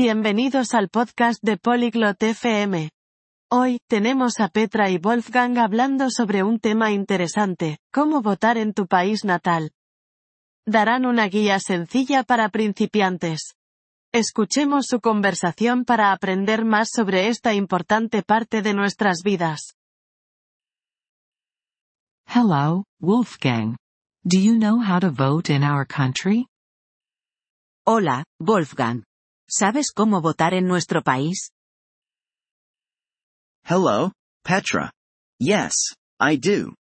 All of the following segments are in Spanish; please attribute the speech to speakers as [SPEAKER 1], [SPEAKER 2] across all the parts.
[SPEAKER 1] Bienvenidos al podcast de Polyglot FM. Hoy, tenemos a Petra y Wolfgang hablando sobre un tema interesante, cómo votar en tu país natal. Darán una guía sencilla para principiantes. Escuchemos su conversación para aprender más sobre esta importante parte de nuestras vidas.
[SPEAKER 2] Hello, Wolfgang. Do you know how to vote in our country?
[SPEAKER 3] Hola, Wolfgang. ¿Sabes cómo votar en nuestro país?
[SPEAKER 4] Hello, Petra. Yes, I do.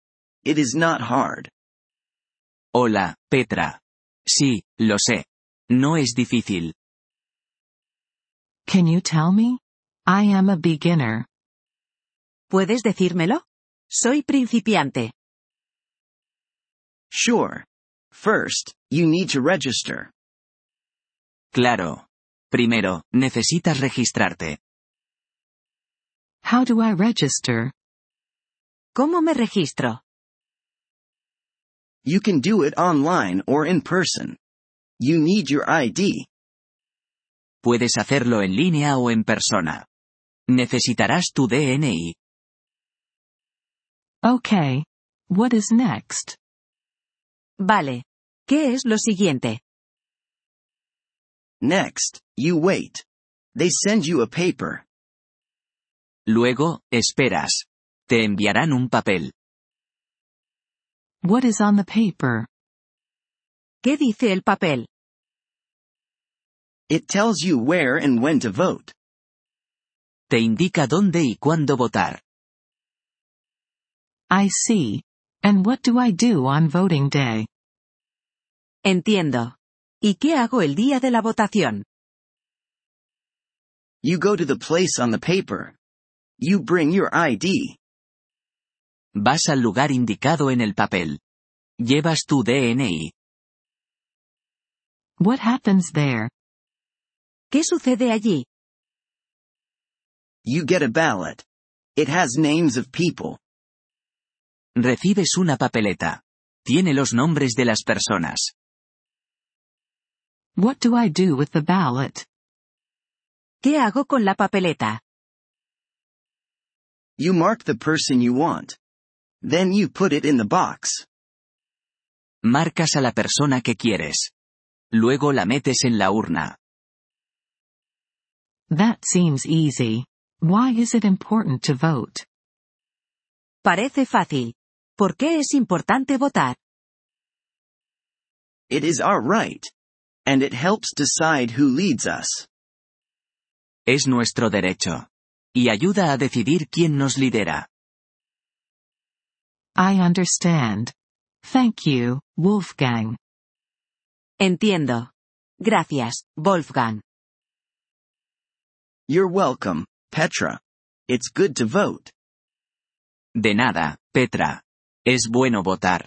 [SPEAKER 4] It is not hard.
[SPEAKER 5] Hola, Petra. Sí, lo sé. No es difícil.
[SPEAKER 2] Can you tell me? I am a beginner.
[SPEAKER 3] ¿Puedes decírmelo? Soy principiante.
[SPEAKER 4] Sure. First, you need to register.
[SPEAKER 5] Claro. Primero, necesitas registrarte.
[SPEAKER 2] How do I register?
[SPEAKER 3] ¿Cómo me registro?
[SPEAKER 4] You can do it online or in person. You need your ID.
[SPEAKER 5] Puedes hacerlo en línea o en persona. Necesitarás tu DNI.
[SPEAKER 2] Okay. What is next?
[SPEAKER 3] Vale. ¿Qué es lo siguiente?
[SPEAKER 4] Next, you wait. They send you a paper.
[SPEAKER 5] Luego, esperas. Te enviarán un papel.
[SPEAKER 2] What is on the paper?
[SPEAKER 3] ¿Qué dice el papel?
[SPEAKER 4] It tells you where and when to vote.
[SPEAKER 5] Te indica dónde y cuándo votar.
[SPEAKER 2] I see. And what do I do on voting day?
[SPEAKER 3] Entiendo. ¿Y qué hago el día de la votación?
[SPEAKER 4] You go to the place on the paper. You bring your ID.
[SPEAKER 5] Vas al lugar indicado en el papel. Llevas tu DNI.
[SPEAKER 2] What happens there?
[SPEAKER 3] ¿Qué sucede allí?
[SPEAKER 4] You get a ballot. It has names of people.
[SPEAKER 5] Recibes una papeleta. Tiene los nombres de las personas.
[SPEAKER 2] What do I do with the ballot?
[SPEAKER 3] ¿Qué hago con la papeleta?
[SPEAKER 4] You mark the person you want. Then you put it in the box.
[SPEAKER 5] Marcas a la persona que quieres. Luego la metes en la urna.
[SPEAKER 2] That seems easy. Why is it important to vote?
[SPEAKER 3] Parece fácil. ¿Por qué es importante votar?
[SPEAKER 4] It is our right. And it helps decide who leads us.
[SPEAKER 5] Es nuestro derecho. Y ayuda a decidir quién nos lidera.
[SPEAKER 2] I understand. Thank you, Wolfgang.
[SPEAKER 3] Entiendo. Gracias, Wolfgang.
[SPEAKER 4] You're welcome, Petra. It's good to vote.
[SPEAKER 5] De nada, Petra. Es bueno votar.